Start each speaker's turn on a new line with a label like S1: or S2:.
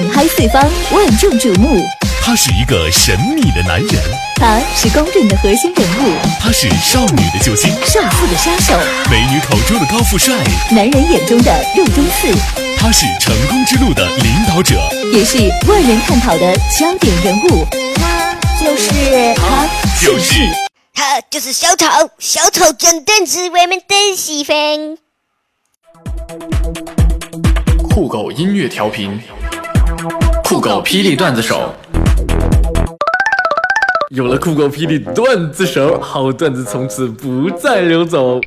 S1: 对嗯方万众瞩目。
S2: 他是一个神秘的男人，
S1: 他是公认的核心人物，
S2: 他是少女的救星，
S1: 少妇的杀手，
S2: 美女口中的高富帅，
S1: 男人眼中的肉中刺，
S2: 他是成功之路的领导者，
S1: 也是万人探讨的焦点人物。
S3: 他就是
S1: 他就是
S3: 他就是小丑，小丑真正是我们的喜欢。
S4: 酷狗音乐调频，酷狗霹雳段子手。有了酷狗霹雳段子手，好段子从此不再流走。